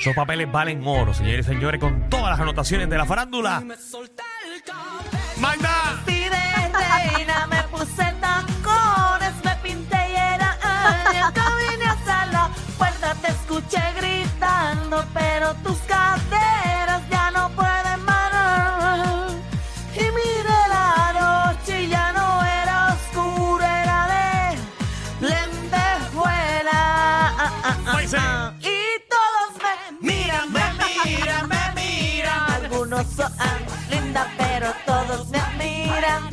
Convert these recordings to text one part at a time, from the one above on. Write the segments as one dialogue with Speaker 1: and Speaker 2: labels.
Speaker 1: Esos papeles valen oro, señores y señores, con todas las anotaciones de la farándula. ¡Magda!
Speaker 2: Vestí de reina, me puse tacones, me pinté y era Yo vine hasta la puerta, te escuché gritando, pero tus caderas ya no pueden parar. Y mire la noche, ya no era oscura, era de lentejuela.
Speaker 1: Fuese.
Speaker 2: Y todos me miran, me miran, me miran. Algunos son linda, pero todos me admiran.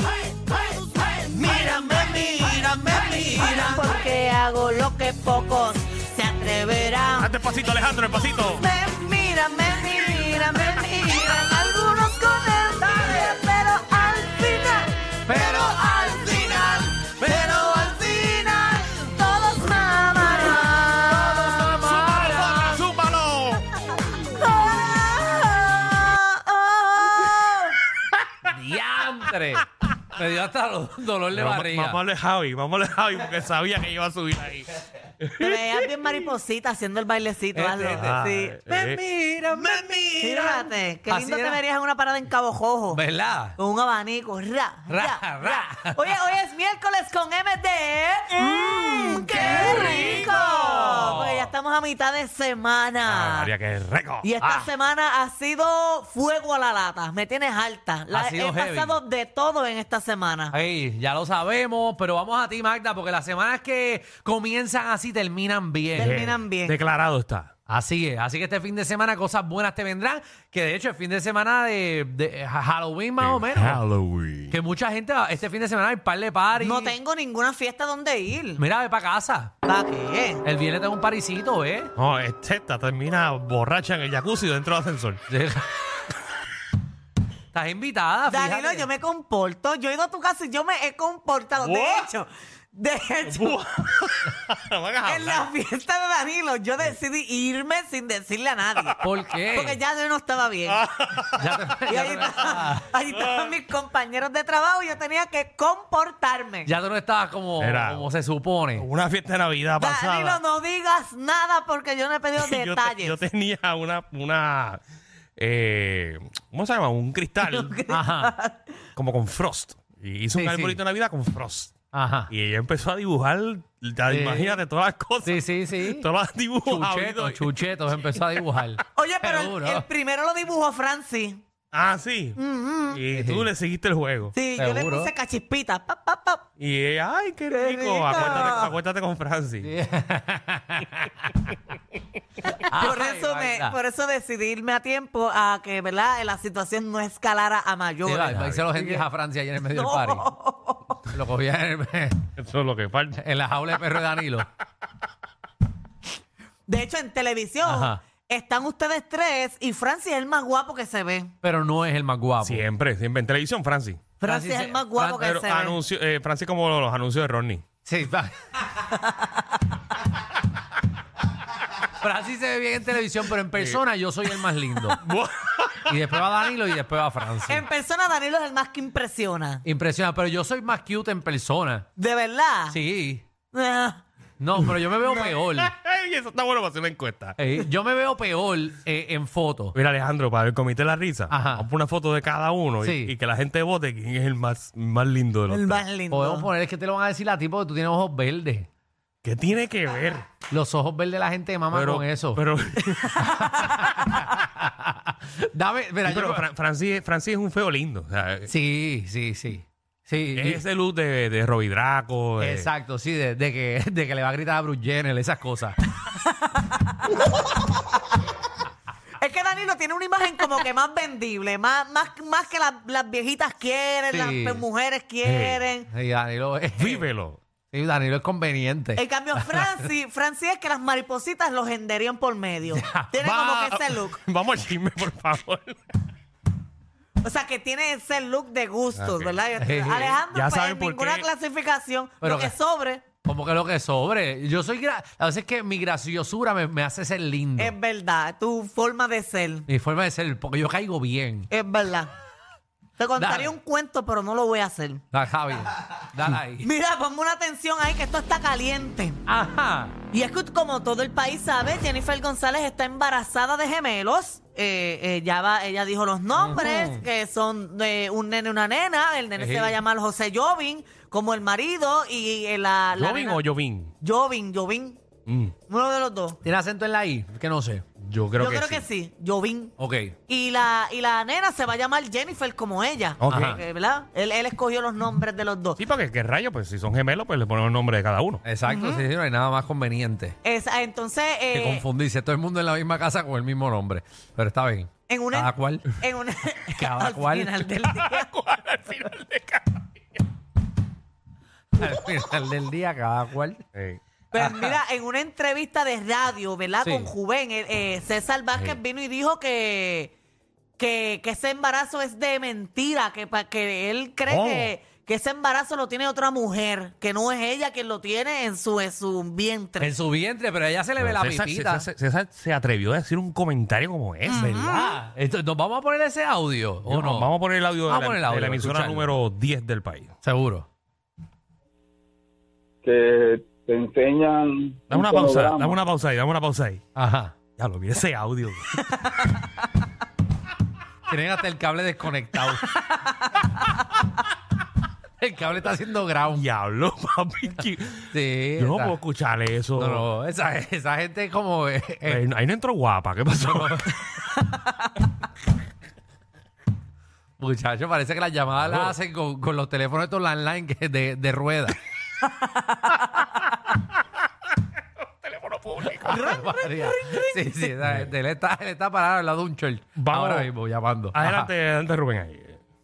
Speaker 3: Mira, me mira, me mira.
Speaker 2: Porque hago lo que pocos se atreverán.
Speaker 1: Haz despacito, Alejandro, despacito.
Speaker 2: Me miran, me miran, me miran. Algunos con el nombre, pero al final, pero al final, pero al final, todos me amarán.
Speaker 1: ¡Súbalo, súbalo!
Speaker 2: Oh,
Speaker 4: ¡Diantre! Me dio hasta lo- dolor de
Speaker 1: Vamos-
Speaker 4: barriga.
Speaker 1: Vamos a Javi, vamos a Javi, porque sabía que iba a subir ahí.
Speaker 2: Te veías bien mariposita haciendo el bailecito.
Speaker 4: Este,
Speaker 2: hazlo.
Speaker 4: este.
Speaker 2: Sí.
Speaker 1: Ah,
Speaker 2: Me
Speaker 1: eh.
Speaker 2: miran, me miran. Fíjate, qué
Speaker 4: Así
Speaker 2: lindo te
Speaker 4: era.
Speaker 2: verías en una parada en Cabo Jojo.
Speaker 4: ¿Verdad?
Speaker 2: Con un abanico. Ra, ra,
Speaker 4: Ra,
Speaker 2: ra.
Speaker 4: ra.
Speaker 2: Oye, hoy es miércoles con MD. ¡Mmm! ¡Qué, rico! Porque ya estamos a mitad de
Speaker 1: Ah,
Speaker 2: semana.
Speaker 1: María, qué rico.
Speaker 2: y esta
Speaker 1: Ah,
Speaker 2: semana ha sido fuego a la lata. Me tienes alta. La-
Speaker 4: Ha sido
Speaker 2: he
Speaker 4: heavy.
Speaker 2: pasado de todo en esta semana.
Speaker 4: Ay, ya lo sabemos, pero vamos a ti, Magda, porque las semanas que comienzan así terminan bien.
Speaker 1: eh,
Speaker 2: terminan bien.
Speaker 1: Declarado está.
Speaker 4: Así es, así que este fin de semana cosas buenas te vendrán, que de hecho es fin de semana de, de Halloween más o
Speaker 1: Eh,
Speaker 4: menos.
Speaker 1: Halloween.
Speaker 4: Que mucha gente, va- este fin de semana hay par de party.
Speaker 2: No tengo ninguna fiesta donde ir.
Speaker 4: Mira, ve para casa.
Speaker 2: ¿Para qué?
Speaker 4: El viernes tengo un parisito, ¿eh?
Speaker 1: No, este esta termina borracha en el jacuzzi dentro del ascensor.
Speaker 4: Estás invitada,
Speaker 2: Danilo,
Speaker 4: fíjate.
Speaker 2: yo me comporto. Yo he ido a tu casa y yo me he comportado. De
Speaker 1: What?
Speaker 2: hecho, de hecho,
Speaker 1: No me hagas
Speaker 2: en la
Speaker 1: hablar.
Speaker 2: fiesta de Danilo, yo decidí irme sin decirle a nadie.
Speaker 4: ¿Por qué? Ah.
Speaker 2: Porque ya yo no estaba bien.
Speaker 4: Ya te-
Speaker 2: Y
Speaker 4: ya
Speaker 2: ahí,
Speaker 4: te-
Speaker 2: estaba-
Speaker 4: Ah.
Speaker 2: ahí estaban mis compañeros de trabajo y yo tenía que comportarme.
Speaker 4: Ya tú no estabas como,
Speaker 1: Era-
Speaker 4: como se supone.
Speaker 1: Una fiesta de Navidad pasada.
Speaker 2: Danilo, no digas nada porque yo no he pedido
Speaker 1: yo, te-
Speaker 2: detalles.
Speaker 1: yo tenía una, una eh, ¿cómo se llama? Un cristal
Speaker 4: Ah, Ajá,
Speaker 1: como con frost. Y hizo
Speaker 4: Sí,
Speaker 1: un
Speaker 4: sí.
Speaker 1: arbolito de Navidad con frost.
Speaker 4: ajá.
Speaker 1: Y ella empezó a dibujar, ya,
Speaker 4: Sí.
Speaker 1: imagínate, todas las cosas.
Speaker 4: Sí, sí, sí.
Speaker 1: Todos los dibujos.
Speaker 4: Chuchetos,
Speaker 1: habidos.
Speaker 4: chuchetos, empezó a dibujar.
Speaker 2: Oye, pero el,
Speaker 4: Seguro.
Speaker 2: el primero lo dibujó Francis.
Speaker 1: Ah, sí.
Speaker 2: Mm, mm.
Speaker 1: Y tú le seguiste el juego.
Speaker 2: Sí, yo le
Speaker 4: Seguro.
Speaker 2: puse cachispita. Pa, pa, pa.
Speaker 1: Y ella, ay, qué
Speaker 2: Qué
Speaker 1: rico.
Speaker 2: rico.
Speaker 1: Acuérdate, acuérdate con Francis.
Speaker 2: Por,
Speaker 4: Ay,
Speaker 2: eso me-
Speaker 4: Magda.
Speaker 2: por eso decidí irme a tiempo a que, ¿verdad? La situación no escalara a
Speaker 4: Sí, va,
Speaker 2: mayores.
Speaker 4: va, hice los envíos a Francia ayer en el medio
Speaker 2: No.
Speaker 4: del party. Lo cogía en, el-
Speaker 1: Eso es lo que falta.
Speaker 4: en la jaula de perro de Danilo.
Speaker 2: De hecho, en televisión
Speaker 4: Ajá.
Speaker 2: están ustedes tres y Francis es el más guapo que se ve.
Speaker 4: Pero no es el más guapo.
Speaker 1: Siempre, siempre. En televisión, Francis.
Speaker 2: Francis es el más guapo que
Speaker 1: Pero
Speaker 2: se ve.
Speaker 1: anuncio, eh, Francis como los, los anuncios de Ronnie.
Speaker 4: Sí, va. Francis se ve bien en televisión, pero en persona yo soy el más lindo. y después va Danilo y después va Francis.
Speaker 2: En persona, Danilo es el más que impresiona.
Speaker 4: Impresiona, pero yo soy más cute en persona.
Speaker 2: ¿De verdad?
Speaker 4: Sí.
Speaker 2: Ah,
Speaker 4: No, pero yo me veo peor.
Speaker 1: Ey, eso está bueno para hacer una encuesta.
Speaker 4: Eh, yo me veo peor eh, en foto.
Speaker 1: Mira, Alejandro, para el comité de la risa,
Speaker 4: Ajá.
Speaker 1: vamos a poner una foto de cada uno y-
Speaker 4: Sí.
Speaker 1: y, que la gente vote quién es el más, más lindo de los
Speaker 2: el
Speaker 1: tres.
Speaker 2: más lindo.
Speaker 4: Podemos poner, es que te lo van a decir a ti porque tú tienes ojos verdes.
Speaker 1: ¿Qué tiene que ver?
Speaker 4: Los ojos verdes de la gente mama con eso.
Speaker 1: Pero,
Speaker 4: Dame, mira,
Speaker 1: sí, pero
Speaker 4: yo-
Speaker 1: Fran- Francis, Francis es un feo lindo. o sea,
Speaker 4: Sí, sí, sí. Sí.
Speaker 1: es ese look de, de Robbie Draco. eh, de-
Speaker 4: Exacto, sí, de, de que, de que le va a gritar a Bruce Jenner, esas cosas.
Speaker 2: Es que Danilo tiene una imagen como que más vendible, más, más, más que las, las viejitas quieren,
Speaker 4: Sí.
Speaker 2: las mujeres quieren.
Speaker 4: Y Danilo, eh,
Speaker 1: Vívelo.
Speaker 4: Sí, Danilo es conveniente.
Speaker 2: En cambio, Franci, Franci es que las maripositas los henderían por medio. Tiene
Speaker 1: Va-
Speaker 2: como que ese look.
Speaker 1: Vamos al chisme, por favor.
Speaker 2: O sea, que tiene ese look de gustos,
Speaker 1: Ok.
Speaker 2: ¿verdad? Yo-
Speaker 4: Eh,
Speaker 2: Alejandro,
Speaker 1: ya
Speaker 2: pues,
Speaker 1: saben por
Speaker 2: ninguna
Speaker 1: qué.
Speaker 2: clasificación,
Speaker 4: Pero
Speaker 2: lo que
Speaker 4: que-
Speaker 2: sobre
Speaker 4: Como que lo que sobre. Yo soy. gra- La verdad es que mi graciosura me, me hace ser lindo.
Speaker 2: es verdad, tu forma de ser,
Speaker 4: Mi forma de ser, porque yo caigo bien.
Speaker 2: es verdad. Te contaría
Speaker 4: Dale.
Speaker 2: un cuento, pero no lo voy a hacer.
Speaker 4: Dale, Javi. Dale ahí.
Speaker 2: Mira, ponme una atención ahí que esto está caliente.
Speaker 4: Ajá.
Speaker 2: Y es que como todo el país sabe, Jennifer González está embarazada de gemelos. Eh, eh, ya va, ella dijo los nombres,
Speaker 4: Ujú.
Speaker 2: que son de un nene y una nena. El nene
Speaker 4: Ejí.
Speaker 2: se va a llamar José Jovin, como el marido, y eh, la, la
Speaker 1: ¿Jovin
Speaker 2: nena-
Speaker 1: o Jovin?
Speaker 2: Jovin, Jovin,
Speaker 1: Mm,
Speaker 2: uno de los dos.
Speaker 4: ¿Tiene acento en la I? Que no sé.
Speaker 1: yo creo
Speaker 2: Yo
Speaker 1: que
Speaker 2: creo
Speaker 1: sí.
Speaker 2: que sí, Jovin.
Speaker 4: Ok.
Speaker 2: Y la, y la nena se va a llamar Jennifer como ella.
Speaker 1: Ok.
Speaker 4: Ajá.
Speaker 2: Eh, ¿Verdad? Él, él escogió los nombres de los dos.
Speaker 1: Sí, porque qué rayo, pues si son gemelos, pues le ponemos el nombre de cada uno.
Speaker 4: Exacto, sí, sí, no hay nada más conveniente.
Speaker 2: Esa- entonces,
Speaker 4: Que
Speaker 2: eh,
Speaker 4: confundirse todo el mundo en la misma casa con el mismo nombre. Pero está bien.
Speaker 2: en una...
Speaker 4: Cada cual.
Speaker 2: En una,
Speaker 4: Cada
Speaker 2: al
Speaker 4: cual.
Speaker 2: final del día.
Speaker 1: al final de cada.
Speaker 4: Al final del día, cada cual.
Speaker 1: Eh,
Speaker 2: Pues mira, en una entrevista de radio, ¿verdad?
Speaker 4: Sí.
Speaker 2: Con Juven, eh, eh, César Vázquez
Speaker 1: Sí.
Speaker 2: vino y dijo que, que, que ese embarazo es de mentira, que, pa- que él cree
Speaker 4: Oh.
Speaker 1: ¿Cómo?
Speaker 2: que, que ese embarazo lo tiene otra mujer, que no es ella quien lo tiene en su, en su vientre.
Speaker 4: En su vientre, pero ella se le ve la
Speaker 1: César-
Speaker 4: pipita.
Speaker 1: César- César se atrevió a decir un comentario como ese.
Speaker 4: ¿Verdad? Ah, Esto- ¿Nos vamos a poner ese audio o Oh, no?
Speaker 1: Vamos a poner el audio,
Speaker 4: Vamos
Speaker 1: de, la,
Speaker 4: a poner el audio,
Speaker 1: de la emisora
Speaker 4: escucharlo.
Speaker 1: número 10 del país.
Speaker 4: Seguro.
Speaker 5: que te enseñan.
Speaker 1: Dame
Speaker 5: un
Speaker 1: una pausa,
Speaker 5: cronograma.
Speaker 1: dame una pausa ahí, dame una pausa ahí.
Speaker 4: Ajá.
Speaker 1: Ya lo vi ese audio.
Speaker 4: Tienen hasta el cable desconectado. el cable está haciendo ground.
Speaker 1: Diablo, papi. que-
Speaker 4: Sí,
Speaker 1: Yo no
Speaker 4: esa-
Speaker 1: puedo escuchar eso.
Speaker 4: No, no, esa, esa gente es como... eh, eh,
Speaker 1: Eh, ahí no entró guapa, ¿qué pasó?
Speaker 4: muchacho, parece que las llamadas las hacen con, con los teléfonos estos landline que- de, de rueda.
Speaker 1: Teléfono público.
Speaker 4: María. sí, sí, esa gente. Él está, él está parado al lado de un church.
Speaker 1: Vamos.
Speaker 4: Ahora mismo, llamando. Ajá.
Speaker 1: Adelante, adelante, Rubén ahí.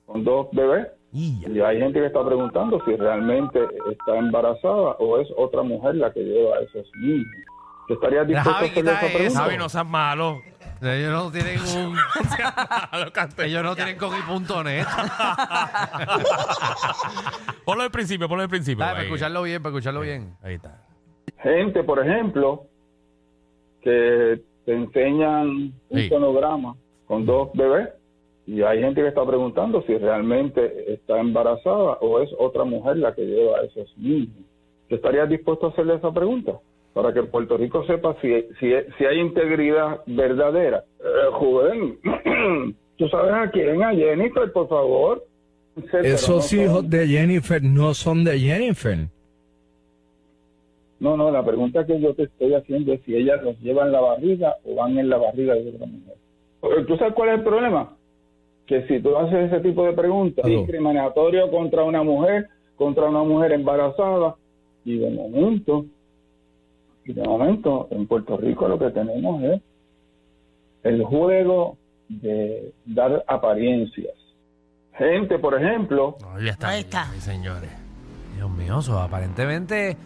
Speaker 5: Con dos bebés.
Speaker 1: Y ya.
Speaker 5: Y hay gente que está preguntando si realmente está embarazada o es otra mujer la que lleva a esos niños. ¿Tú estarías dispuesto
Speaker 4: Javi,
Speaker 5: a hacerle
Speaker 4: quita
Speaker 5: esa
Speaker 4: eso,
Speaker 5: pregunta?
Speaker 1: Sabi, no seas malo.
Speaker 4: Ellos no tienen un...
Speaker 1: Malo, Castel.
Speaker 4: Ellos no tienen con y.net.
Speaker 1: Ponlo al principio, ponlo al principio.
Speaker 4: Dale, para
Speaker 1: Ahí.
Speaker 4: escucharlo bien, para escucharlo
Speaker 1: Eh.
Speaker 4: bien.
Speaker 1: Ahí está.
Speaker 5: Gente, por ejemplo, que te enseñan un
Speaker 1: Sí.
Speaker 5: sonograma con dos bebés. Y hay gente que está preguntando si realmente está embarazada o es otra mujer la que lleva a esos niños. ¿Tú estarías dispuesto a hacerle esa pregunta? Para que Puerto Rico sepa si, si, si hay integridad verdadera. Eh, joven, ¿tú sabes a quién? A Jennifer, por favor. etcétera, ¿no?
Speaker 6: Esos hijos de Jennifer no son de Jennifer.
Speaker 5: No, no, la pregunta que yo te estoy haciendo es si ellas los llevan en la barriga o van en la barriga de otra mujer. Eh, ¿Tú sabes cuál es el problema? Que si tú haces ese tipo de preguntas,
Speaker 6: Aló.
Speaker 5: discriminatorio contra una mujer, contra una mujer embarazada, y de momento, y de momento, en Puerto Rico lo que tenemos es el juego de dar apariencias. Gente, por ejemplo,
Speaker 1: No, ya está.
Speaker 2: Ahí está.
Speaker 1: mis señores.
Speaker 4: Dios mío, eso, aparentemente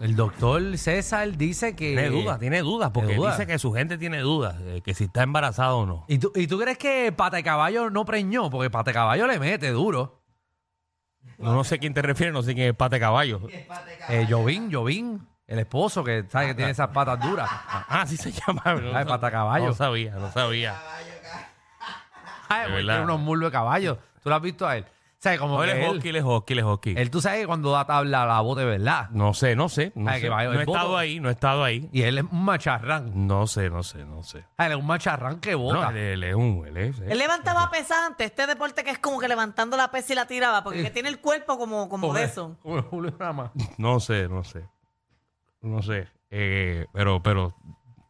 Speaker 4: el doctor César dice que...
Speaker 1: Tiene dudas, tiene dudas, porque
Speaker 4: Tiene dudas.
Speaker 1: dice que su gente tiene dudas, eh, que si está embarazada o no.
Speaker 4: ¿Y tú, ¿Y tú crees que Pata de Caballo no preñó? Porque Pata de Caballo le mete duro.
Speaker 1: No, no sé quién te refiere, no sé quién es Pate Caballo.
Speaker 4: Eh, Jovín, Jovín, el esposo que, sabe que tiene esas patas duras.
Speaker 1: Ah, sí se llama. No,
Speaker 4: Ay,
Speaker 1: sab-
Speaker 4: Pata Caballo.
Speaker 1: No sabía, no sabía.
Speaker 4: Ay, porque
Speaker 1: verdad.
Speaker 4: tiene unos mulos de caballo. ¿Tú lo has visto a él? ¿Sabes como
Speaker 1: No, él
Speaker 4: que
Speaker 1: es
Speaker 4: él,
Speaker 1: hockey, él es hockey, él es hockey.
Speaker 4: él, tú sabes que cuando da tabla la bote, ¿verdad?
Speaker 1: No sé, no sé. No,
Speaker 4: Ay,
Speaker 1: sé.
Speaker 4: Ah, que vaya,
Speaker 1: No
Speaker 4: el
Speaker 1: he
Speaker 4: voto-
Speaker 1: estado ahí, no he estado ahí.
Speaker 4: Y él es un macharrán.
Speaker 1: No sé, no sé, no sé.
Speaker 4: Ay, él es un macharrán que
Speaker 1: No,
Speaker 4: bota.
Speaker 1: él, él es un, él es- eh,
Speaker 2: Él levantaba pesante, este deporte que es como que levantando la pesa y la tiraba, porque que tiene el cuerpo como, como de eso.
Speaker 4: Como Julio Rama.
Speaker 1: No sé, no sé. No sé. Eh, pero, pero,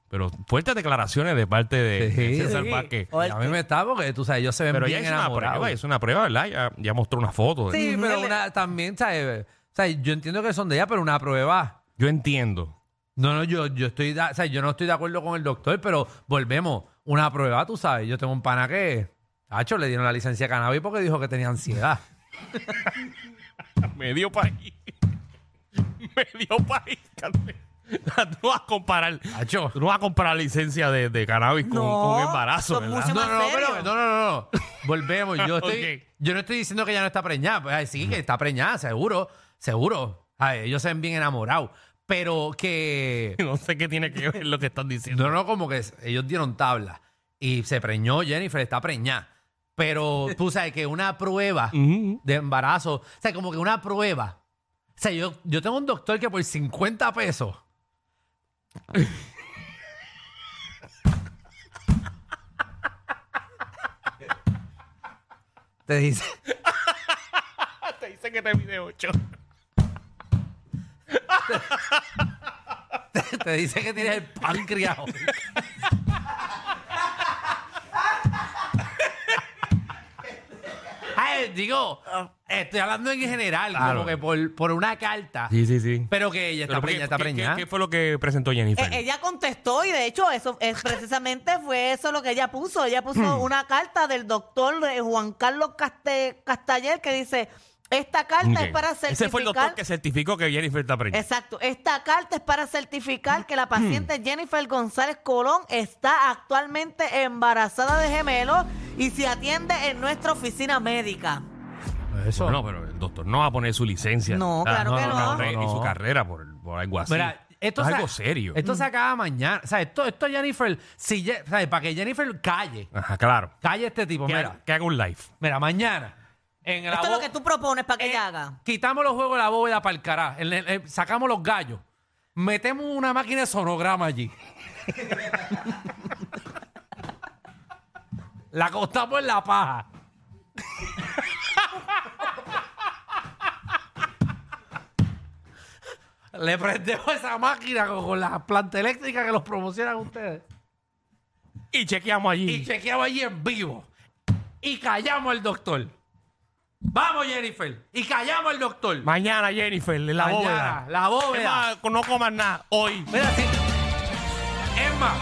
Speaker 1: pero fuertes declaraciones de parte de
Speaker 4: Sí.
Speaker 1: César
Speaker 2: Sí.
Speaker 1: Vázquez.
Speaker 4: Y A mí me está porque tú sabes, ellos se ven
Speaker 1: Pero ya
Speaker 4: bien
Speaker 1: hizo una
Speaker 4: enamorados.
Speaker 1: prueba, hizo una prueba, ¿verdad? Ya, ya mostró una foto. de-
Speaker 4: Sí,
Speaker 2: Ujú.
Speaker 4: pero
Speaker 2: Él-
Speaker 4: una, también, ¿sabes? O sea, yo entiendo que son de ella, pero una prueba.
Speaker 1: Yo entiendo.
Speaker 4: No, no, yo, yo estoy, da- o sea, yo no estoy de acuerdo con el doctor, pero volvemos. Una prueba, tú sabes. Yo tengo un pana que, Hacho, le dieron la licencia de cannabis porque dijo que tenía ansiedad.
Speaker 1: Me dio para ahí. medio país. Carmen. Tú no vas a comparar.
Speaker 4: Acho.
Speaker 1: Tú no vas a comparar licencia de, de cannabis con,
Speaker 2: No,
Speaker 1: con embarazo,
Speaker 2: son
Speaker 1: ¿verdad?
Speaker 2: mucho
Speaker 4: No,
Speaker 2: más
Speaker 4: no, no,
Speaker 2: serio.
Speaker 4: pero- no, no, no, no. Volvemos. Yo estoy,
Speaker 1: Ok.
Speaker 4: yo no estoy diciendo que ella no está preñada. Pues, ay, sí, que está preñada, seguro, seguro. Ay, ellos se ven bien enamorados. Pero que.
Speaker 1: No sé qué tiene que ver lo que están diciendo.
Speaker 4: No, no, como que ellos dieron tabla. Y se preñó Jennifer, está preñada. Pero tú sabes que una prueba
Speaker 1: Mm.
Speaker 4: de embarazo, o sea, como que una prueba. O sea, yo, yo tengo un doctor que por 50 pesos. te dice.
Speaker 1: Te dicen
Speaker 2: este
Speaker 1: que te mide 8.
Speaker 4: Te dice que tienes el páncreas. hoy. Ay, digo, estoy hablando en general,
Speaker 1: Claro.
Speaker 4: como que por, por una carta.
Speaker 1: Sí, sí, sí.
Speaker 4: Pero que ella está
Speaker 1: Pero, ¿qué-
Speaker 4: preñada, está
Speaker 1: qué-
Speaker 4: preñada.
Speaker 1: ¿qué, qué fue lo que presentó Jennifer?
Speaker 2: Eh, ella contestó y de hecho eso es precisamente fue eso lo que ella puso. Ella puso
Speaker 1: Mm.
Speaker 2: una carta del doctor eh, Juan Carlos Caste- Castañer que dice, esta carta
Speaker 1: Ok.
Speaker 2: es para certificar...
Speaker 1: Ese fue el doctor que certificó que Jennifer está preñada.
Speaker 2: Exacto. Esta carta es para certificar
Speaker 1: Mm.
Speaker 2: que la paciente Jennifer González Colón está actualmente embarazada de gemelo y se atiende en nuestra oficina médica.
Speaker 4: Eso.
Speaker 1: No, pero el doctor no va a poner su licencia.
Speaker 2: No, claro que no.
Speaker 1: Y su carrera por, por algo así.
Speaker 4: Mira, esto
Speaker 1: es
Speaker 4: se-
Speaker 1: algo serio.
Speaker 4: Esto se acaba mañana. O sea, esto, esto Jennifer, si, Je- o sea, para que Jennifer calle,
Speaker 1: Ajá, claro.
Speaker 4: calle este tipo.
Speaker 1: Que,
Speaker 4: Mira,
Speaker 1: haga- que haga un live.
Speaker 4: mira, mañana. En la
Speaker 2: Esto es lo
Speaker 4: bo-
Speaker 2: que tú propones para que
Speaker 4: Eh,
Speaker 2: ella haga.
Speaker 4: Quitamos los juegos de la bóveda para el carajo. En el- eh, sacamos los gallos. Metemos una máquina de sonograma allí. la acostamos en la paja. Le prendemos esa máquina con, con la planta eléctrica que los promocionan ustedes.
Speaker 1: Y chequeamos allí.
Speaker 4: Y chequeamos allí en vivo. Y callamos al doctor. Vamos, Jennifer. Y callamos al doctor.
Speaker 1: Mañana, Jennifer, en la
Speaker 4: Mañana,
Speaker 1: bóveda.
Speaker 4: la bóveda.
Speaker 1: Es más, no comas nada hoy.
Speaker 4: Mira, sí. Emma.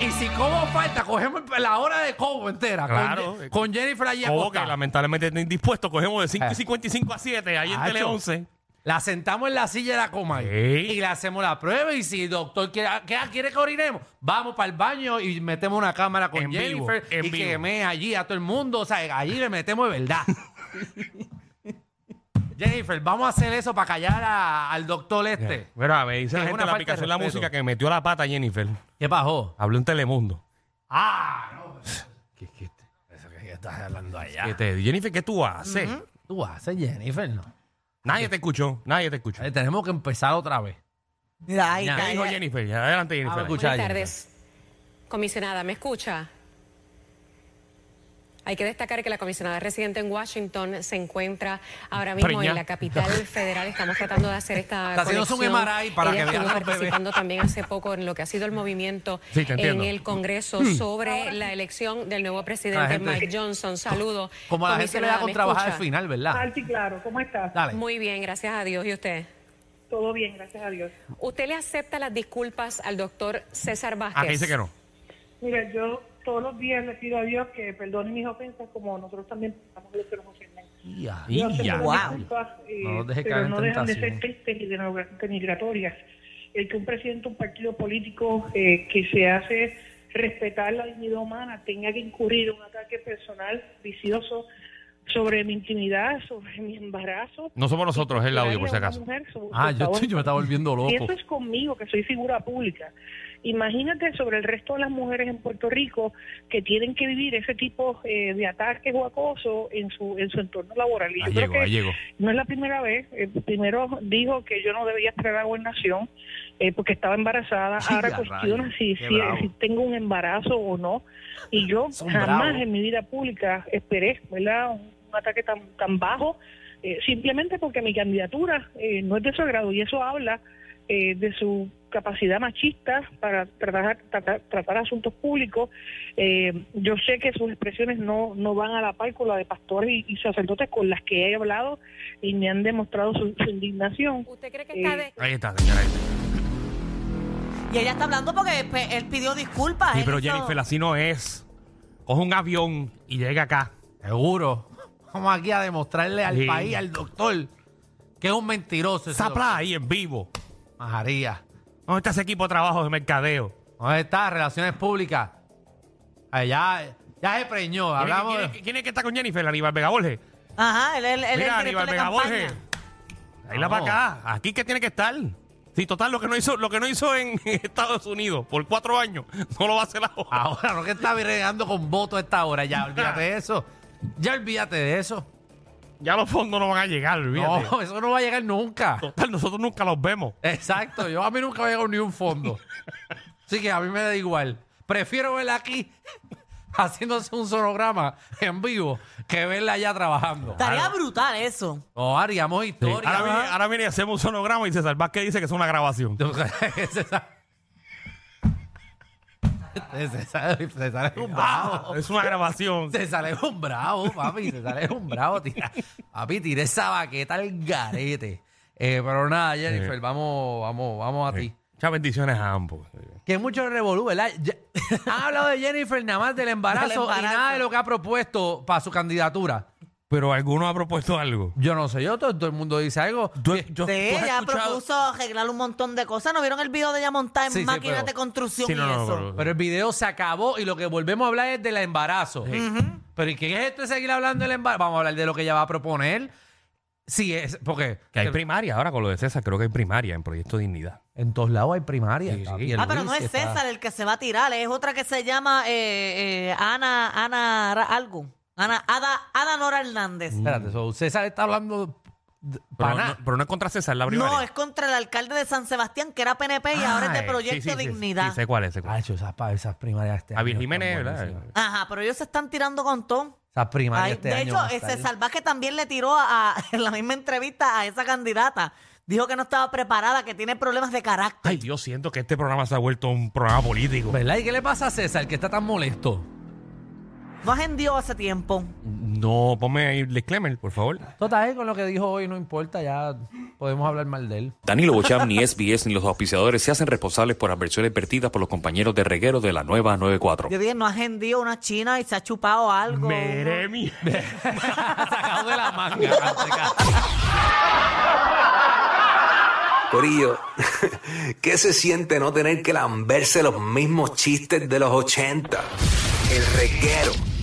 Speaker 4: Y si como falta, cogemos la hora de Cobo entera. con
Speaker 1: Claro.
Speaker 4: Je- Con, Jennifer allí
Speaker 1: Como que
Speaker 4: acostada.
Speaker 1: lamentablemente está indispuesto. Cogemos de 5
Speaker 4: Eh.
Speaker 1: y 55 a 7 ahí en
Speaker 4: Hacho.
Speaker 1: Tele 11.
Speaker 4: La sentamos en la silla de la coma ahí.
Speaker 1: Ey.
Speaker 4: y le hacemos la prueba. Y si el doctor quiere, ah, ¿qué- quiere que orinemos, vamos para el baño y metemos una cámara con
Speaker 1: En vivo,
Speaker 4: Jennifer
Speaker 1: en
Speaker 4: y
Speaker 1: vivo.
Speaker 4: que mee allí a todo el mundo. O sea, allí le metemos de verdad. Jennifer, vamos a hacer eso para callar a- al doctor este.
Speaker 1: Mira, me dice
Speaker 4: Es
Speaker 1: la gente
Speaker 4: una
Speaker 1: en la
Speaker 4: falta de
Speaker 1: aplicación de la
Speaker 4: respeto.
Speaker 1: música que metió la pata Jennifer.
Speaker 4: ¿Qué pasó?
Speaker 1: Habló en Telemundo.
Speaker 4: Ah, no. ¿Qué, qué, eso que estás hablando allá?
Speaker 1: Que te- Jennifer, ¿qué tú haces?
Speaker 4: tú haces, Jennifer? No.
Speaker 1: Nadie te escuchó. Nadie te escuchó.
Speaker 4: Eh, tenemos que empezar otra vez.
Speaker 2: Mira, ahí
Speaker 4: Ya,
Speaker 2: está,
Speaker 1: ¿Qué dijo
Speaker 2: ya.
Speaker 1: Jennifer? Ya, Adelante, Jennifer.
Speaker 4: Vamos a escuchar
Speaker 7: Buenas
Speaker 4: a Jennifer.
Speaker 7: tardes. Comisionada, ¿me escucha? Hay que destacar que la comisionada residente en Washington se encuentra ahora mismo
Speaker 1: Preña.
Speaker 7: en la capital federal. Estamos tratando de hacer esta
Speaker 4: Está haciéndose un
Speaker 7: conexión.
Speaker 4: MRI para
Speaker 7: Ella
Speaker 4: que vean
Speaker 7: estuvo
Speaker 4: los bebés.
Speaker 7: participando también hace poco en lo que ha sido el movimiento
Speaker 1: Sí, te
Speaker 7: en
Speaker 1: entiendo.
Speaker 7: el Congreso sobre la elección del nuevo
Speaker 4: Mm. La
Speaker 7: presidente
Speaker 4: gente-
Speaker 7: Mike Johnson. Saludo.
Speaker 4: Como a la gente le da
Speaker 7: Comisionada,
Speaker 4: con
Speaker 7: ¿me
Speaker 4: trabajar al
Speaker 7: escucha?
Speaker 4: final, ¿verdad?
Speaker 8: Alti, claro. ¿Cómo estás?
Speaker 4: Dale.
Speaker 7: Muy bien, gracias a Dios. ¿Y usted?
Speaker 8: Todo bien, gracias a Dios.
Speaker 7: ¿Usted le acepta las disculpas al doctor César Vázquez?
Speaker 1: Ah, que dice que no.
Speaker 8: Mira, yo todos los días le pido a Dios que perdone mis ofensas como nosotros también perdonamos a los que nos ofenden.
Speaker 4: Ya.
Speaker 1: Y
Speaker 8: Yo acepto
Speaker 1: ya.
Speaker 8: las
Speaker 2: Wow.
Speaker 8: disculpas, eh,
Speaker 4: No los deje
Speaker 8: pero
Speaker 4: caer en
Speaker 8: no dejan de ser
Speaker 4: tentación.
Speaker 8: tristes y de- denigratorias. El que un presidente, un partido político eh, que se hace respetar la dignidad humana tenga que incurrir en un ataque personal vicioso sobre mi intimidad, sobre mi embarazo.
Speaker 1: No somos nosotros, es el audio, por si
Speaker 8: Una
Speaker 1: acaso.
Speaker 8: mujer, so-
Speaker 4: Ah,
Speaker 8: por
Speaker 4: yo,
Speaker 8: favor.
Speaker 4: estoy- yo me estaba volviendo
Speaker 8: Y
Speaker 4: loco.
Speaker 8: eso es conmigo, que soy figura pública. Imagínate sobre el resto de las mujeres en Puerto Rico que tienen que vivir ese tipo eh, de ataques o acoso en su, en su entorno laboral. Y
Speaker 1: Ahí
Speaker 8: yo creo
Speaker 1: llegó,
Speaker 8: que
Speaker 1: ahí llegó.
Speaker 8: no es la primera vez. Eh, primero dijo que yo no debía esperar a gobernación eh, porque estaba embarazada.
Speaker 4: Sí,
Speaker 8: Ahora pues,
Speaker 4: a
Speaker 8: cuestiona
Speaker 4: rayos.
Speaker 8: si,
Speaker 4: Qué
Speaker 8: si-
Speaker 4: bravo.
Speaker 8: si tengo un embarazo o no. Y yo
Speaker 4: Son
Speaker 8: jamás
Speaker 4: bravos.
Speaker 8: en mi vida pública esperé ¿verdad? un un ataque tan, tan bajo, eh, simplemente porque mi candidatura eh, no es de su agrado. Y eso habla eh, de su capacidad machista para tratar, tratar, tratar asuntos públicos. Eh, yo sé que sus expresiones no, no van a la par con la de pastores y, y sacerdotes con las que he hablado y me han demostrado su, su indignación.
Speaker 7: ¿Usted cree que está
Speaker 8: Eh,
Speaker 7: de...
Speaker 1: Ahí está, señora. ahí está.
Speaker 2: Y ella está hablando porque pues, él pidió disculpas.
Speaker 1: Sí,
Speaker 2: él
Speaker 1: pero
Speaker 2: hizo-
Speaker 1: Jennifer, así no es. Coge un avión y llega acá.
Speaker 4: Seguro. Vamos aquí a demostrarle al
Speaker 1: Sí.
Speaker 4: país, al doctor, Que es un mentiroso. ese
Speaker 1: Zapla ahí en vivo.
Speaker 4: doctor. Majaría.
Speaker 1: ¿Dónde está ese equipo de trabajo de mercadeo?
Speaker 4: ¿Dónde está? Relaciones públicas. Ay, ya, ya se preñó.
Speaker 1: ¿Quién es-
Speaker 4: Hablamos.
Speaker 1: ¿Quién, es- quién es que está con Jennifer? Aníbal Vega Borges.
Speaker 2: Ajá, él, él- él es el
Speaker 1: Mira,
Speaker 2: director
Speaker 1: Aníbal
Speaker 2: de
Speaker 1: Vega Borges.
Speaker 2: campaña.
Speaker 1: Ahí la
Speaker 4: Vamos.
Speaker 1: para acá. Aquí que tiene que estar. Sí, total, lo que no hizo, lo que no hizo en Estados Unidos por cuatro años, no lo va a hacer ahora.
Speaker 4: Ahora no que está regando con votos a esta hora. Ya, olvídate de eso. Ya olvídate de eso.
Speaker 1: Ya los fondos no van a llegar, olvídate.
Speaker 4: No, eso no va a llegar nunca.
Speaker 1: Total, nosotros nunca los vemos.
Speaker 4: Exacto. Yo a mí nunca me ha llegado ni un fondo. Así que a mí me da igual. Prefiero verla aquí haciéndose un sonograma en vivo que verla allá trabajando.
Speaker 2: Estaría brutal eso.
Speaker 4: No, haríamos
Speaker 1: Sí.
Speaker 4: historia.
Speaker 1: Ahora, viene, ahora viene y hacemos un sonograma y César Vázquez dice que es una grabación.
Speaker 4: Ese sa- Ese sa- Se sale un
Speaker 1: Ah,
Speaker 4: bravo.
Speaker 1: es una grabación.
Speaker 4: Se sale un bravo, papi. Se sale un bravo. Tira. Papi, tira esa baqueta al garete. Eh, pero nada, Jennifer,
Speaker 1: Sí.
Speaker 4: vamos, vamos, vamos
Speaker 1: Eh.
Speaker 4: a ti.
Speaker 1: Muchas bendiciones a ambos.
Speaker 4: Que mucho revolú, ¿verdad? Ya- Han hablado de Jennifer nada más del embarazo,
Speaker 2: Del embarazo.
Speaker 4: y nada de lo que ha propuesto para su candidatura.
Speaker 1: Pero alguno ha propuesto algo.
Speaker 4: Yo no sé, yo todo, todo el mundo dice algo. Eh,
Speaker 1: Tú- yo-
Speaker 2: Sí,
Speaker 1: tú has
Speaker 2: ella
Speaker 1: escuchado-
Speaker 2: propuso arreglar un montón de cosas. ¿No vieron el video de ella montada en
Speaker 4: Sí, sí,
Speaker 2: máquinas
Speaker 4: pero-
Speaker 2: de construcción
Speaker 1: Sí, no,
Speaker 2: y
Speaker 1: no, no,
Speaker 2: eso?
Speaker 1: pero-
Speaker 4: Pero el video se acabó y lo que volvemos a hablar es del embarazo. Pero ¿y qué es esto de seguir hablando del embarazo? Vamos a hablar de lo que ella va a proponer. Sí, es porque
Speaker 1: Que hay primaria ahora con lo de César, creo que hay primaria en Proyecto Dignidad.
Speaker 4: en todos lados hay primaria.
Speaker 1: Sí, sí.
Speaker 4: papi, el
Speaker 2: Ah, pero no
Speaker 4: Luis
Speaker 2: es
Speaker 4: está-
Speaker 2: César el que se va a tirar, es otra que se llama eh, eh, Ana, Ana Ra- algo. Ana, Ada, Ada Nora Hernández.
Speaker 1: Mm,
Speaker 4: Espérate, so, César está hablando
Speaker 1: Pero
Speaker 4: para
Speaker 1: no, pero no es contra César la primaria.
Speaker 2: No, es contra el alcalde de San Sebastián, que era PNP y ahora es de
Speaker 1: Ah,
Speaker 2: Proyecto
Speaker 1: sí, sí, sí,
Speaker 2: Dignidad.
Speaker 1: Sí, sé cuál es, sé cuál es.
Speaker 4: esas, pa- esas primarias este
Speaker 1: Javier
Speaker 4: año están
Speaker 1: Jiménez, ¿verdad?
Speaker 4: buenísimas.
Speaker 2: Ajá, pero ellos se están tirando con todo.
Speaker 4: Esas primarias
Speaker 2: Ay,
Speaker 4: este
Speaker 2: de
Speaker 4: año
Speaker 2: hecho,
Speaker 4: van a estar-
Speaker 2: ese salvaje también le tiró a, a- en la misma entrevista a esa candidata. Dijo que no estaba preparada, que tiene problemas de carácter.
Speaker 1: Ay, Dios, siento que este programa se ha vuelto un programa político.
Speaker 4: ¿Verdad? ¿Y qué le pasa a César que está tan molesto?
Speaker 2: No agendió hace tiempo.
Speaker 1: No, ponme ahí el disclaimer, por favor.
Speaker 4: Total, con lo que dijo hoy no importa, ya podemos hablar mal de él.
Speaker 9: Danilo Bocham, ni SBS, ni los auspiciadores se hacen responsables por adversiones vertidas por los compañeros de reguero de la nueva 94.
Speaker 2: Yo dije, no agendió una china y se ha chupado algo.
Speaker 1: Mere mi-
Speaker 4: Sacado de la manga.
Speaker 3: Corillo, ¿qué se siente no tener que lamberse los mismos chistes de los 80? El reguero